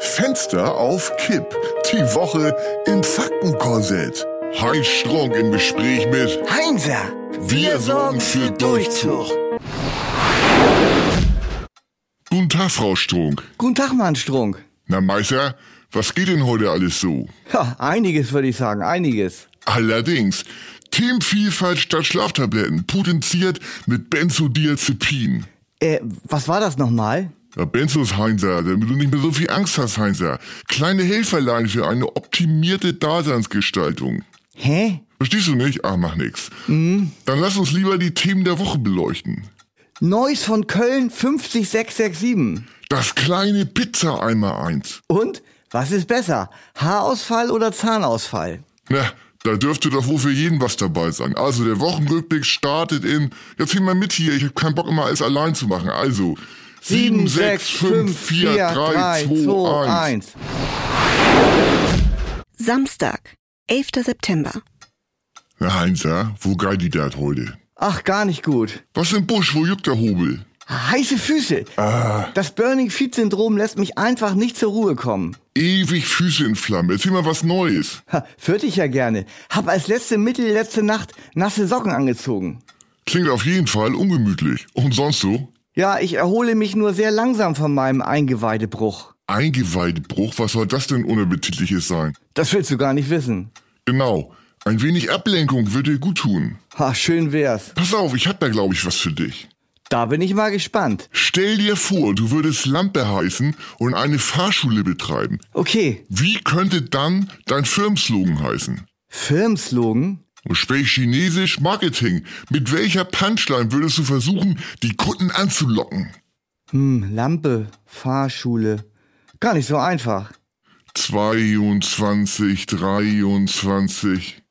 Fenster auf Kipp. Die Woche im Faktenkorsett. Heinz Strunk im Gespräch mit Heinzer, Wir sorgen für Durchzug. Guten Tag, Frau Strunk. Guten Tag, Mann Strunk. Na, Meister, was geht denn heute alles so? Ja, einiges würde ich sagen, einiges. Allerdings, Themenvielfalt statt Schlaftabletten, potenziert mit Benzodiazepin. Äh, was war das nochmal? Ja, Benzos Heinzer, damit du nicht mehr so viel Angst hast, Heinzer. Kleine Helferlein für eine optimierte Daseinsgestaltung. Hä? Verstehst du nicht? Ach, mach nix. Dann lass uns lieber die Themen der Woche beleuchten. Neues von Köln 50667. Das kleine Pizza einmal eins. Und? Was ist besser? Haarausfall oder Zahnausfall? Na, da dürfte doch wohl für jeden was dabei sein. Also der Wochenrückblick startet in. Jetzt zieh mal mit hier, ich hab keinen Bock immer alles allein zu machen. Also sieben, sechs, fünf, vier, drei, zwei, eins. Samstag, 11. September. Na Heinzer, wo geil die dat heute? Ach, gar nicht gut. Was im Busch, wo juckt der Hobel? Heiße Füße. Das Burning Feet Syndrom lässt mich einfach nicht zur Ruhe kommen. Ewig Füße in Flammen. Erzähl mal was Neues. Ha, würde ich ja gerne. Hab als letzte Mittel letzte Nacht nasse Socken angezogen. Klingt auf jeden Fall ungemütlich. Und sonst so? Ja, ich erhole mich nur sehr langsam von meinem Eingeweidebruch. Eingeweidebruch, was soll das denn unappetitliches sein? Das willst du gar nicht wissen. Genau. Ein wenig Ablenkung würde dir gut tun. Ha, schön wär's. Pass auf, ich hab da glaube ich was für dich. Da bin ich mal gespannt. Stell dir vor, du würdest Lampe heißen und eine Fahrschule betreiben. Okay, Wie könnte dann dein Firmenslogan heißen? Firmenslogan? Und sprich Chinesisch Marketing. Mit welcher Punchline würdest du versuchen, die Kunden anzulocken? Hm, Lampe, Fahrschule. Gar nicht so einfach. 22, 23.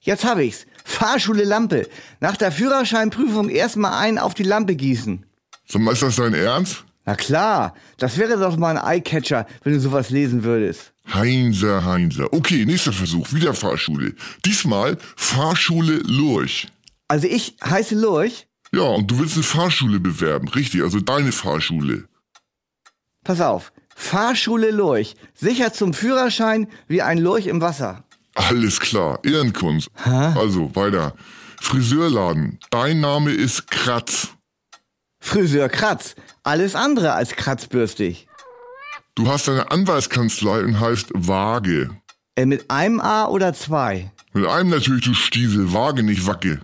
Jetzt hab ich's. Fahrschule Lampe. Nach der Führerscheinprüfung erstmal einen auf die Lampe gießen. Sag mal, ist das dein Ernst? Na klar, das wäre doch mal ein Eyecatcher, wenn du sowas lesen würdest. Heinser, Heinser. Okay, nächster Versuch. Wieder Fahrschule. Diesmal Fahrschule Lurch. Also ich heiße Lurch. Ja, und du willst eine Fahrschule bewerben. Richtig, also deine Fahrschule. Pass auf. Fahrschule Lurch. Sicher zum Führerschein wie ein Lurch im Wasser. Alles klar. Ehrenkunst. Also, weiter. Friseurladen. Dein Name ist Kratz. Friseur Kratz. Alles andere als kratzbürstig. Du hast eine Anwaltskanzlei und heißt Waage. Äh, mit einem A oder zwei? Mit einem natürlich, du Stiesel. Waage, nicht Wacke.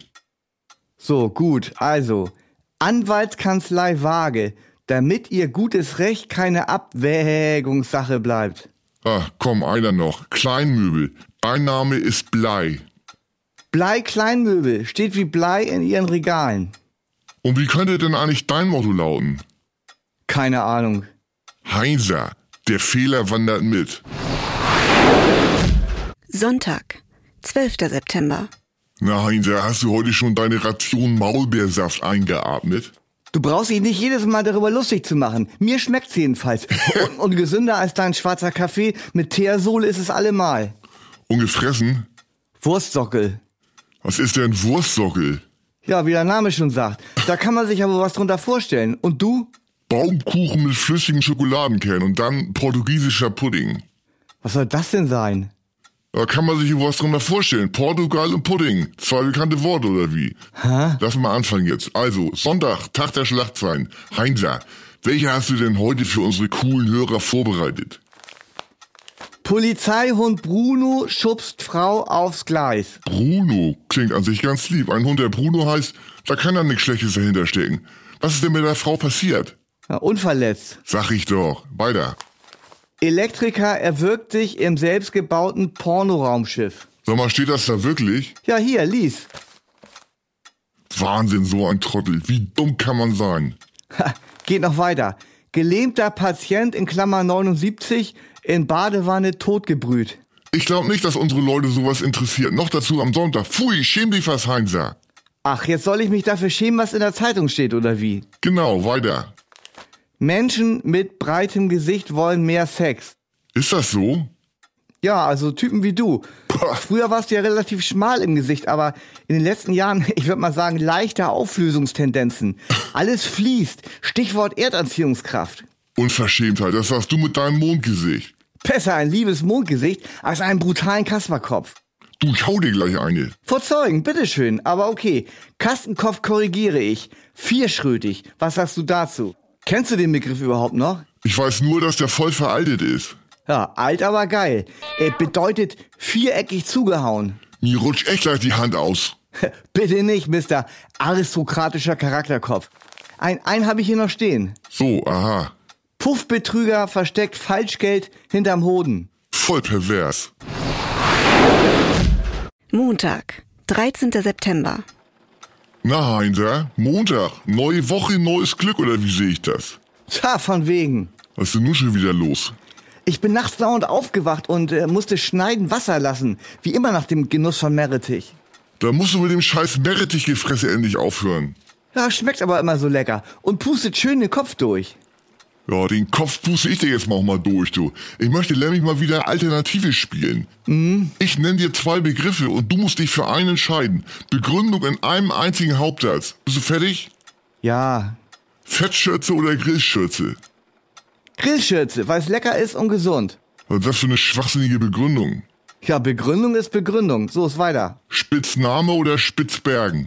So, gut, also. Anwaltskanzlei Waage, damit ihr gutes Recht keine Abwägungssache bleibt. Ah, komm, einer noch. Kleinmöbel. Dein Name ist Blei. Blei Kleinmöbel steht wie Blei in ihren Regalen. Und wie könnte denn eigentlich dein Motto lauten? Keine Ahnung. Heinser, der Fehler wandert mit. Sonntag, 12. September. Na Heinser, hast du heute schon deine Ration Maulbeersaft eingeatmet? Du brauchst dich nicht jedes Mal darüber lustig zu machen. Mir schmeckt's jedenfalls. und, und gesünder als dein schwarzer Kaffee mit Teasol ist es allemal. Und gefressen? Wurstsockel. Was ist denn Wurstsockel? Ja, wie der Name schon sagt. Da kann man sich aber was drunter vorstellen. Und du? Baumkuchen mit flüssigem Schokoladenkern und dann portugiesischer Pudding. Was soll das denn sein? Da kann man sich was drunter vorstellen. Portugal und Pudding. Zwei bekannte Worte oder wie? Hä? Lass mal anfangen jetzt. Also, Sonntag, Tag der Schlacht sein. Heinser, welche hast du denn heute für unsere coolen Hörer vorbereitet? Polizeihund Bruno schubst Frau aufs Gleis. Bruno klingt an sich ganz lieb. Ein Hund, der Bruno heißt, da kann da nichts Schlechtes dahinter stecken. Was ist denn mit der Frau passiert? Ja, unverletzt. Sag ich doch. Weiter. Elektriker erwürgt sich im selbstgebauten Pornoraumschiff. Sag mal, steht das da wirklich? Ja, hier, lies. Wahnsinn, so ein Trottel. Wie dumm kann man sein? Ha, geht noch weiter. Gelähmter Patient in Klammer 79 in Badewanne totgebrüht. Ich glaube nicht, dass unsere Leute sowas interessiert. Noch dazu am Sonntag. Pfui, schäm dich was, Heinzer. Ach, jetzt soll ich mich dafür schämen, was in der Zeitung steht, oder wie? Genau, weiter. Menschen mit breitem Gesicht wollen mehr Sex. Ist das so? Ja, also Typen wie du. Boah. Früher warst du ja relativ schmal im Gesicht, aber in den letzten Jahren, ich würde mal sagen, leichte Auflösungstendenzen. Alles fließt. Stichwort Erdanziehungskraft. Unverschämtheit, das warst du mit deinem Mondgesicht. Besser ein liebes Mondgesicht als einen brutalen Kasperkopf. Du, ich hau dir gleich eine. Vor Zeugen, bitteschön, aber okay. Kastenkopf korrigiere ich. Vierschrötig, was sagst du dazu? Kennst du den Begriff überhaupt noch? Ich weiß nur, dass der voll veraltet ist. Ja, alt aber geil. Er bedeutet viereckig zugehauen. Mir rutscht echt gleich die Hand aus. Bitte nicht, Mister aristokratischer Charakterkopf. Ein, ein habe ich hier noch stehen. So, aha. Puffbetrüger versteckt Falschgeld hinterm Hoden. Voll pervers. Montag, 13. September. Na, Heinzer, Montag, neue Woche, neues Glück, oder wie sehe ich das? Tja, von wegen. Was ist denn nun schon wieder los? Ich bin nachts dauernd aufgewacht und äh, musste schneiden Wasser lassen. Wie immer nach dem Genuss von Meerrettich. Da musst du mit dem scheiß Meerrettichgefresse endlich aufhören. Ja, schmeckt aber immer so lecker. Und pustet schön den Kopf durch. Ja, den Kopf puste ich dir jetzt mal, auch mal durch, du. Ich möchte nämlich mal wieder Alternative spielen. Ich nenne dir zwei Begriffe und du musst dich für einen entscheiden. Begründung in einem einzigen Hauptsatz. Bist du fertig? Ja. Fettschürze oder Grillschürze? Grillschürze, weil es lecker ist und gesund. Was ist das für eine schwachsinnige Begründung? Ja, Begründung ist Begründung. So ist weiter. Spitzname oder Spitzbergen?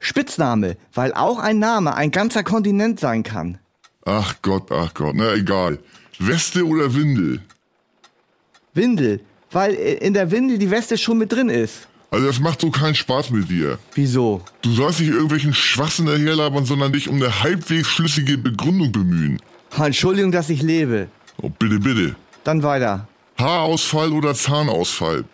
Spitzname, weil auch ein Name ein ganzer Kontinent sein kann. Ach Gott, ach Gott, na egal. Weste oder Windel? Windel, weil äh, in der Windel die Weste schon mit drin ist. Also das macht so keinen Spaß mit dir. Wieso? Du sollst nicht irgendwelchen Schwachsinn daherlabern, sondern dich um eine halbwegs schlüssige Begründung bemühen. Entschuldigung, dass ich lebe. Oh, bitte, bitte. Dann weiter. Haarausfall oder Zahnausfall?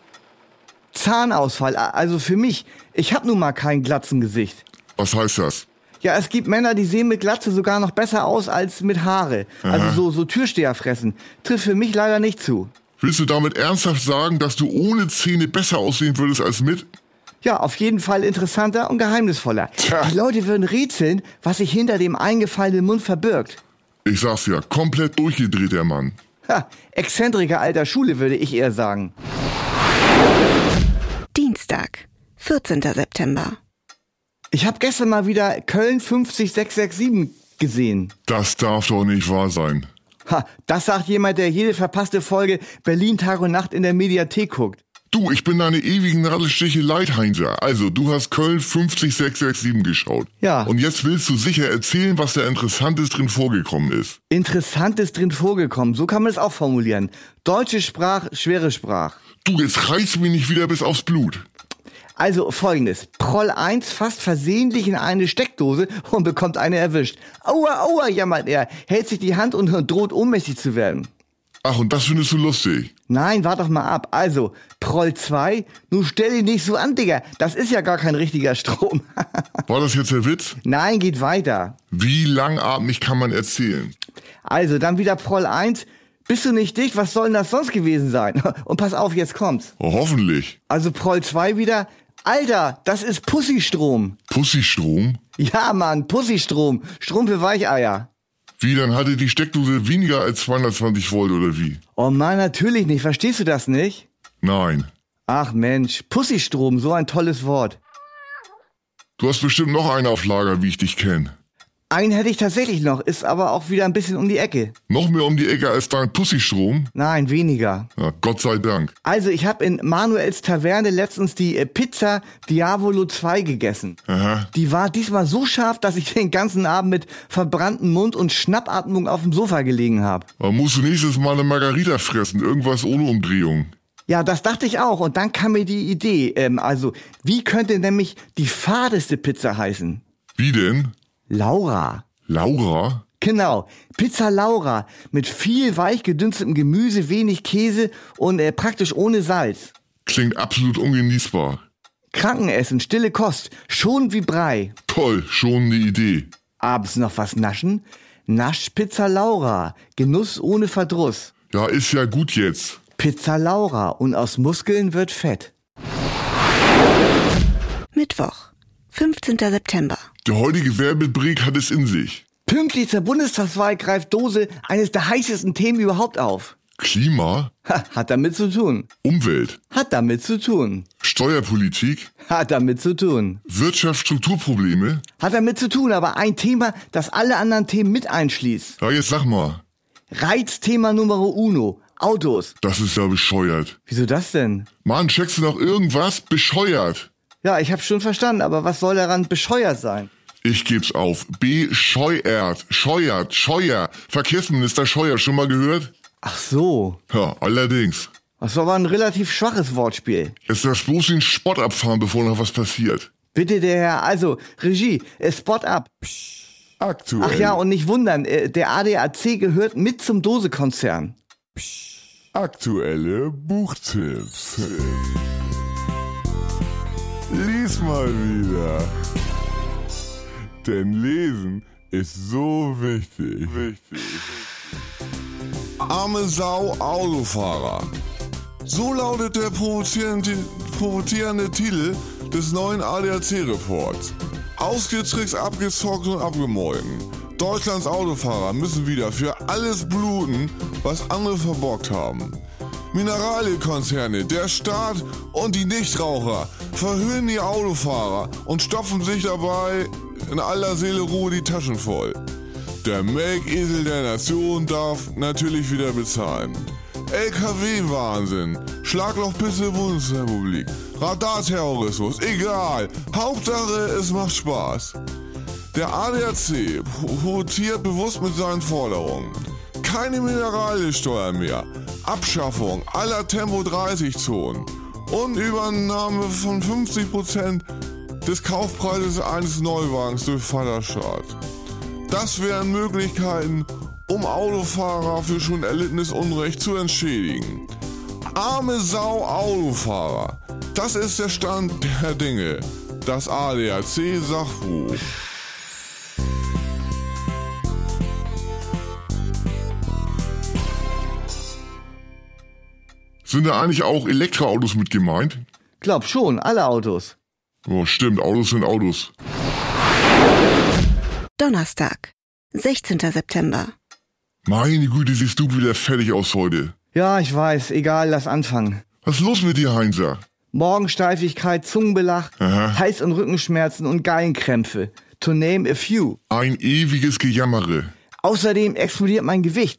Zahnausfall, a- also für mich. Ich hab nun mal kein glatzen Gesicht. Was heißt das? Ja, es gibt Männer, die sehen mit Glatze sogar noch besser aus als mit Haare. Also so, so Türsteher fressen. Trifft für mich leider nicht zu. Willst du damit ernsthaft sagen, dass du ohne Zähne besser aussehen würdest als mit? Ja, auf jeden Fall interessanter und geheimnisvoller. Tja. Die Leute würden rätseln, was sich hinter dem eingefallenen Mund verbirgt. Ich sag's ja, komplett durchgedreht, der Mann. Ha, Exzentriker alter Schule, würde ich eher sagen. Dienstag, 14. September. Ich habe gestern mal wieder Köln 50667 gesehen. Das darf doch nicht wahr sein. Ha, das sagt jemand, der jede verpasste Folge Berlin Tag und Nacht in der Mediathek guckt. Du, ich bin deine ewigen Nadelstiche leid, Heinzer. Also, du hast Köln 50667 geschaut. Ja. Und jetzt willst du sicher erzählen, was da Interessantes drin vorgekommen ist. Interessantes drin vorgekommen, so kann man es auch formulieren. Deutsche Sprach, schwere Sprach. Du, jetzt reißt mich nicht wieder bis aufs Blut. Also folgendes, Proll 1 fasst versehentlich in eine Steckdose und bekommt eine erwischt. Aua, aua, jammert er, hält sich die Hand und droht ohnmächtig zu werden. Ach, und das findest du lustig. Nein, wart doch mal ab. Also, Proll 2, nun stell dich nicht so an, Digga. Das ist ja gar kein richtiger Strom. War das jetzt der Witz? Nein, geht weiter. Wie langatmig kann man erzählen? Also, dann wieder Proll 1. Bist du nicht dicht? Was soll denn das sonst gewesen sein? Und pass auf, jetzt kommt's. Oh, hoffentlich. Also Proll 2 wieder. Alter, das ist Pussystrom. Pussystrom? Ja, Mann, Pussystrom. Strom für Weicheier. Wie, dann hatte die Steckdose weniger als 220 Volt oder wie? Oh Mann, natürlich nicht. Verstehst du das nicht? Nein. Ach Mensch, Pussystrom, so ein tolles Wort. Du hast bestimmt noch einen auf Lager, wie ich dich kenne. Einen hätte ich tatsächlich noch, ist aber auch wieder ein bisschen um die Ecke. Noch mehr um die Ecke als dein Pussystrom? Nein, weniger. Ja, Gott sei Dank. Also, ich habe in Manuels Taverne letztens die äh, Pizza Diavolo 2 gegessen. Aha. Die war diesmal so scharf, dass ich den ganzen Abend mit verbranntem Mund und Schnappatmung auf dem Sofa gelegen habe. Aber musst du nächstes Mal eine Margarita fressen, irgendwas ohne Umdrehung. Ja, das dachte ich auch. Und dann kam mir die Idee. Ähm, also, wie könnte nämlich die fadeste Pizza heißen? Wie denn? Laura. Laura? Genau, Pizza Laura mit viel weich gedünstetem Gemüse, wenig Käse und äh, praktisch ohne Salz. Klingt absolut ungenießbar. Krankenessen, stille Kost, schon wie Brei. Toll, schon eine Idee. Abends noch was naschen? Nasch Pizza Laura, Genuss ohne Verdruss. Ja, ist ja gut jetzt. Pizza Laura und aus Muskeln wird Fett. Mittwoch, 15. September. Der heutige Werbebreak hat es in sich. Pünktlich zur Bundestagswahl greift Dose eines der heißesten Themen überhaupt auf. Klima, Ha, hat damit zu tun. Umwelt, Hat damit zu tun. Steuerpolitik, Hat damit zu tun. Wirtschaft, Strukturprobleme. Hat damit zu tun, aber ein Thema, das alle anderen Themen mit einschließt. Ja, jetzt sag mal. Reizthema Nummer uno. Autos. Das ist ja bescheuert. Wieso das denn? Mann, checkst du noch irgendwas? Bescheuert. Ja, ich habe schon verstanden, aber was soll daran bescheuert sein? Ich geb's auf. Bescheuert. Scheuert. Scheuer. Verkehrsminister Scheuer, schon mal gehört? Ach so. Ja, allerdings. Das war aber ein relativ schwaches Wortspiel. Jetzt das bloß den Spott abfahren, bevor noch was passiert. Bitte der Herr, also Regie, äh, Spot ab. Aktuell. Ach ja, und nicht wundern, äh, der ADAC gehört mit zum Dose-Konzern. Aktuelle Buchtipps. Lies mal wieder. Denn Lesen ist so wichtig. Wichtig. Arme Sau Autofahrer. So lautet der provozierende, provozierende Titel des neuen ADAC-Reports. Ausgetrickst, abgezockt und abgemolken. Deutschlands Autofahrer müssen wieder für alles bluten, was andere verbockt haben. Mineralkonzerne, der Staat und die Nichtraucher verhöhnen die Autofahrer und stopfen sich dabei in aller Seele Ruhe die Taschen voll. Der Melkesel der Nation darf natürlich wieder bezahlen. LKW-Wahnsinn, Schlaglochpisse Bundesrepublik, Radarterrorismus, egal. Hauptsache, es macht Spaß. Der ADAC rotiert bewusst mit seinen Forderungen. Keine Mineralsteuer mehr, Abschaffung aller Tempo 30-Zonen und Übernahme von 50% des Kaufpreises eines Neuwagens durch Vaterstaat. Das wären Möglichkeiten, um Autofahrer für schon erlittenes Unrecht zu entschädigen. Arme Sau Autofahrer. Das ist der Stand der Dinge. Das ADAC Sachbuch. Sind da eigentlich auch Elektroautos mit gemeint? Glaub schon, alle Autos. Oh, stimmt, Autos sind Autos. Donnerstag, 16. September. Meine Güte, siehst du wieder fertig aus heute. Ja, ich weiß, egal, lass anfangen. Was ist los mit dir, Heinzer? Morgensteifigkeit, Zungenbelach, Aha. Hals- und Rückenschmerzen und Gallenkrämpfe. To name a few. Ein ewiges Gejammere. Ah, Außerdem explodiert mein Gewicht.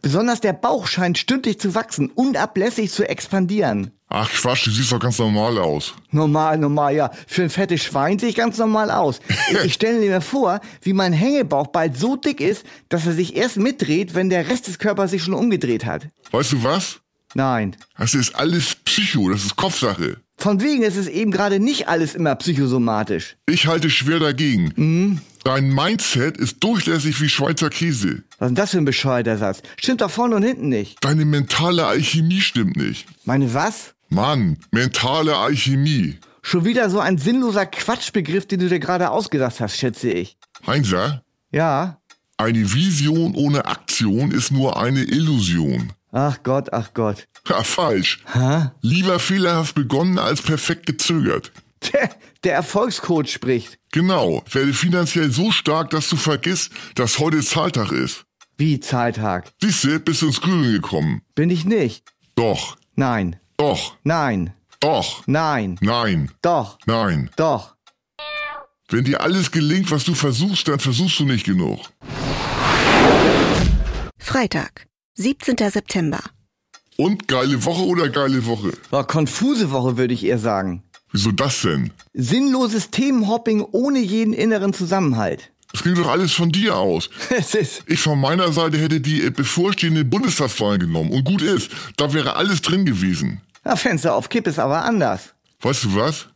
Besonders der Bauch scheint stündlich zu wachsen, unablässig zu expandieren. Ach Quatsch, du siehst doch ganz normal aus. Normal, normal, ja. Für ein fettes Schwein sehe ich ganz normal aus. Ich, ich stelle mir vor, wie mein Hängebauch bald so dick ist, dass er sich erst mitdreht, wenn der Rest des Körpers sich schon umgedreht hat. Weißt du was? Nein. Das ist alles Psycho, das ist Kopfsache. Von wegen ist es eben gerade nicht alles immer psychosomatisch. Ich halte schwer dagegen. Dein Mindset ist durchlässig wie Schweizer Käse. Was ist denn das für ein bescheuerter Satz? Stimmt doch vorne und hinten nicht. Deine mentale Alchemie stimmt nicht. Meine was? Mann, mentale Alchemie. Schon wieder so ein sinnloser Quatschbegriff, den du dir gerade ausgedacht hast, schätze ich. Heinzer, Ja. eine Vision ohne Aktion ist nur eine Illusion. Ach Gott, ach Gott. Ha, falsch. Lieber fehlerhaft begonnen als perfekt gezögert. Der, der Erfolgscoach spricht. Genau, werde finanziell so stark, dass du vergisst, dass heute Zahltag ist. Wie Zeittag? Siehste, bist du ins Grübeln gekommen. Bin ich nicht. Doch, Nein, doch, nein, doch, nein, nein, doch, nein. doch. Wenn dir alles gelingt, was du versuchst, dann versuchst du nicht genug. Freitag, 17. September. Und geile Woche oder geile Woche? War konfuse Woche, würde ich eher sagen. Wieso das denn? Sinnloses Themenhopping ohne jeden inneren Zusammenhalt. Das ging doch alles von dir aus. Es ist. Ich von meiner Seite hätte die äh, bevorstehende Bundestagswahl genommen. Und gut ist, da wäre alles drin gewesen. Ja, Fenster auf Kipp ist aber anders. Weißt du was?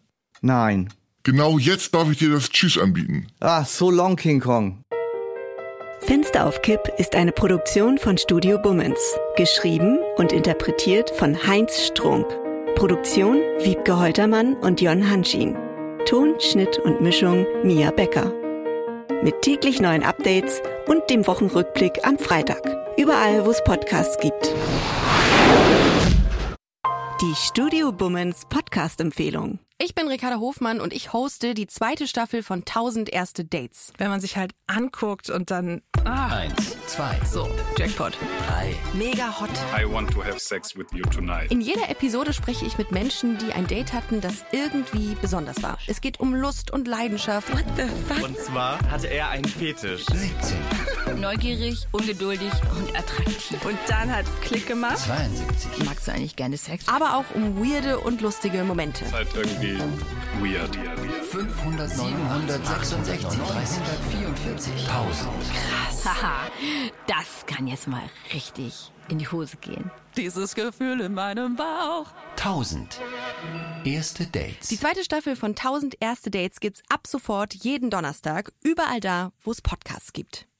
Nein. Genau jetzt darf ich dir das Tschüss anbieten. Ah, so long, King Kong. Fenster auf Kipp ist eine Produktion von Studio Bummens. Geschrieben und interpretiert von Heinz Strunk. Produktion Wiebke Holtermann und Jon Hanschin. Ton, Schnitt und Mischung Mia Becker. Mit täglich neuen Updates und dem Wochenrückblick am Freitag. Überall, wo es Podcasts gibt. Die Studio Bummens Podcast-Empfehlung. Ich bin Ricarda Hofmann und ich hoste die zweite Staffel von 1000 erste Dates. wenn man sich halt anguckt und dann Eins, zwei, So, Jackpot. drei. Mega hot. I want to have sex with you tonight. In jeder Episode spreche ich mit Menschen, die ein Date hatten, das irgendwie besonders war. Es geht um Lust und Leidenschaft. Und zwar hatte er einen Fetisch. 17, neugierig, ungeduldig und attraktiv. Und dann hat's Klick gemacht. 72. Magst du eigentlich gerne Sex? Aber auch um weirde und lustige Momente. Halt irgendwie weird. 500, 966, 344, 1000. Haha, das kann jetzt mal richtig in die Hose gehen. Dieses Gefühl in meinem Bauch. 1000. Erste Die Dates. zweite Staffel von 1000 Erste Dates gibt's ab sofort jeden Donnerstag, überall da, wo es Podcasts gibt.